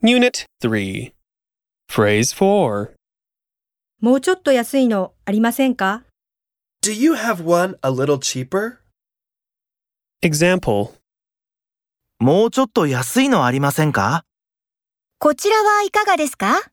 Unit 3. Phrase 4. もうちょっと安いのありませんか Do you have one a little cheaper? Example もうちょっと安いのありませんかこちらはいかがですか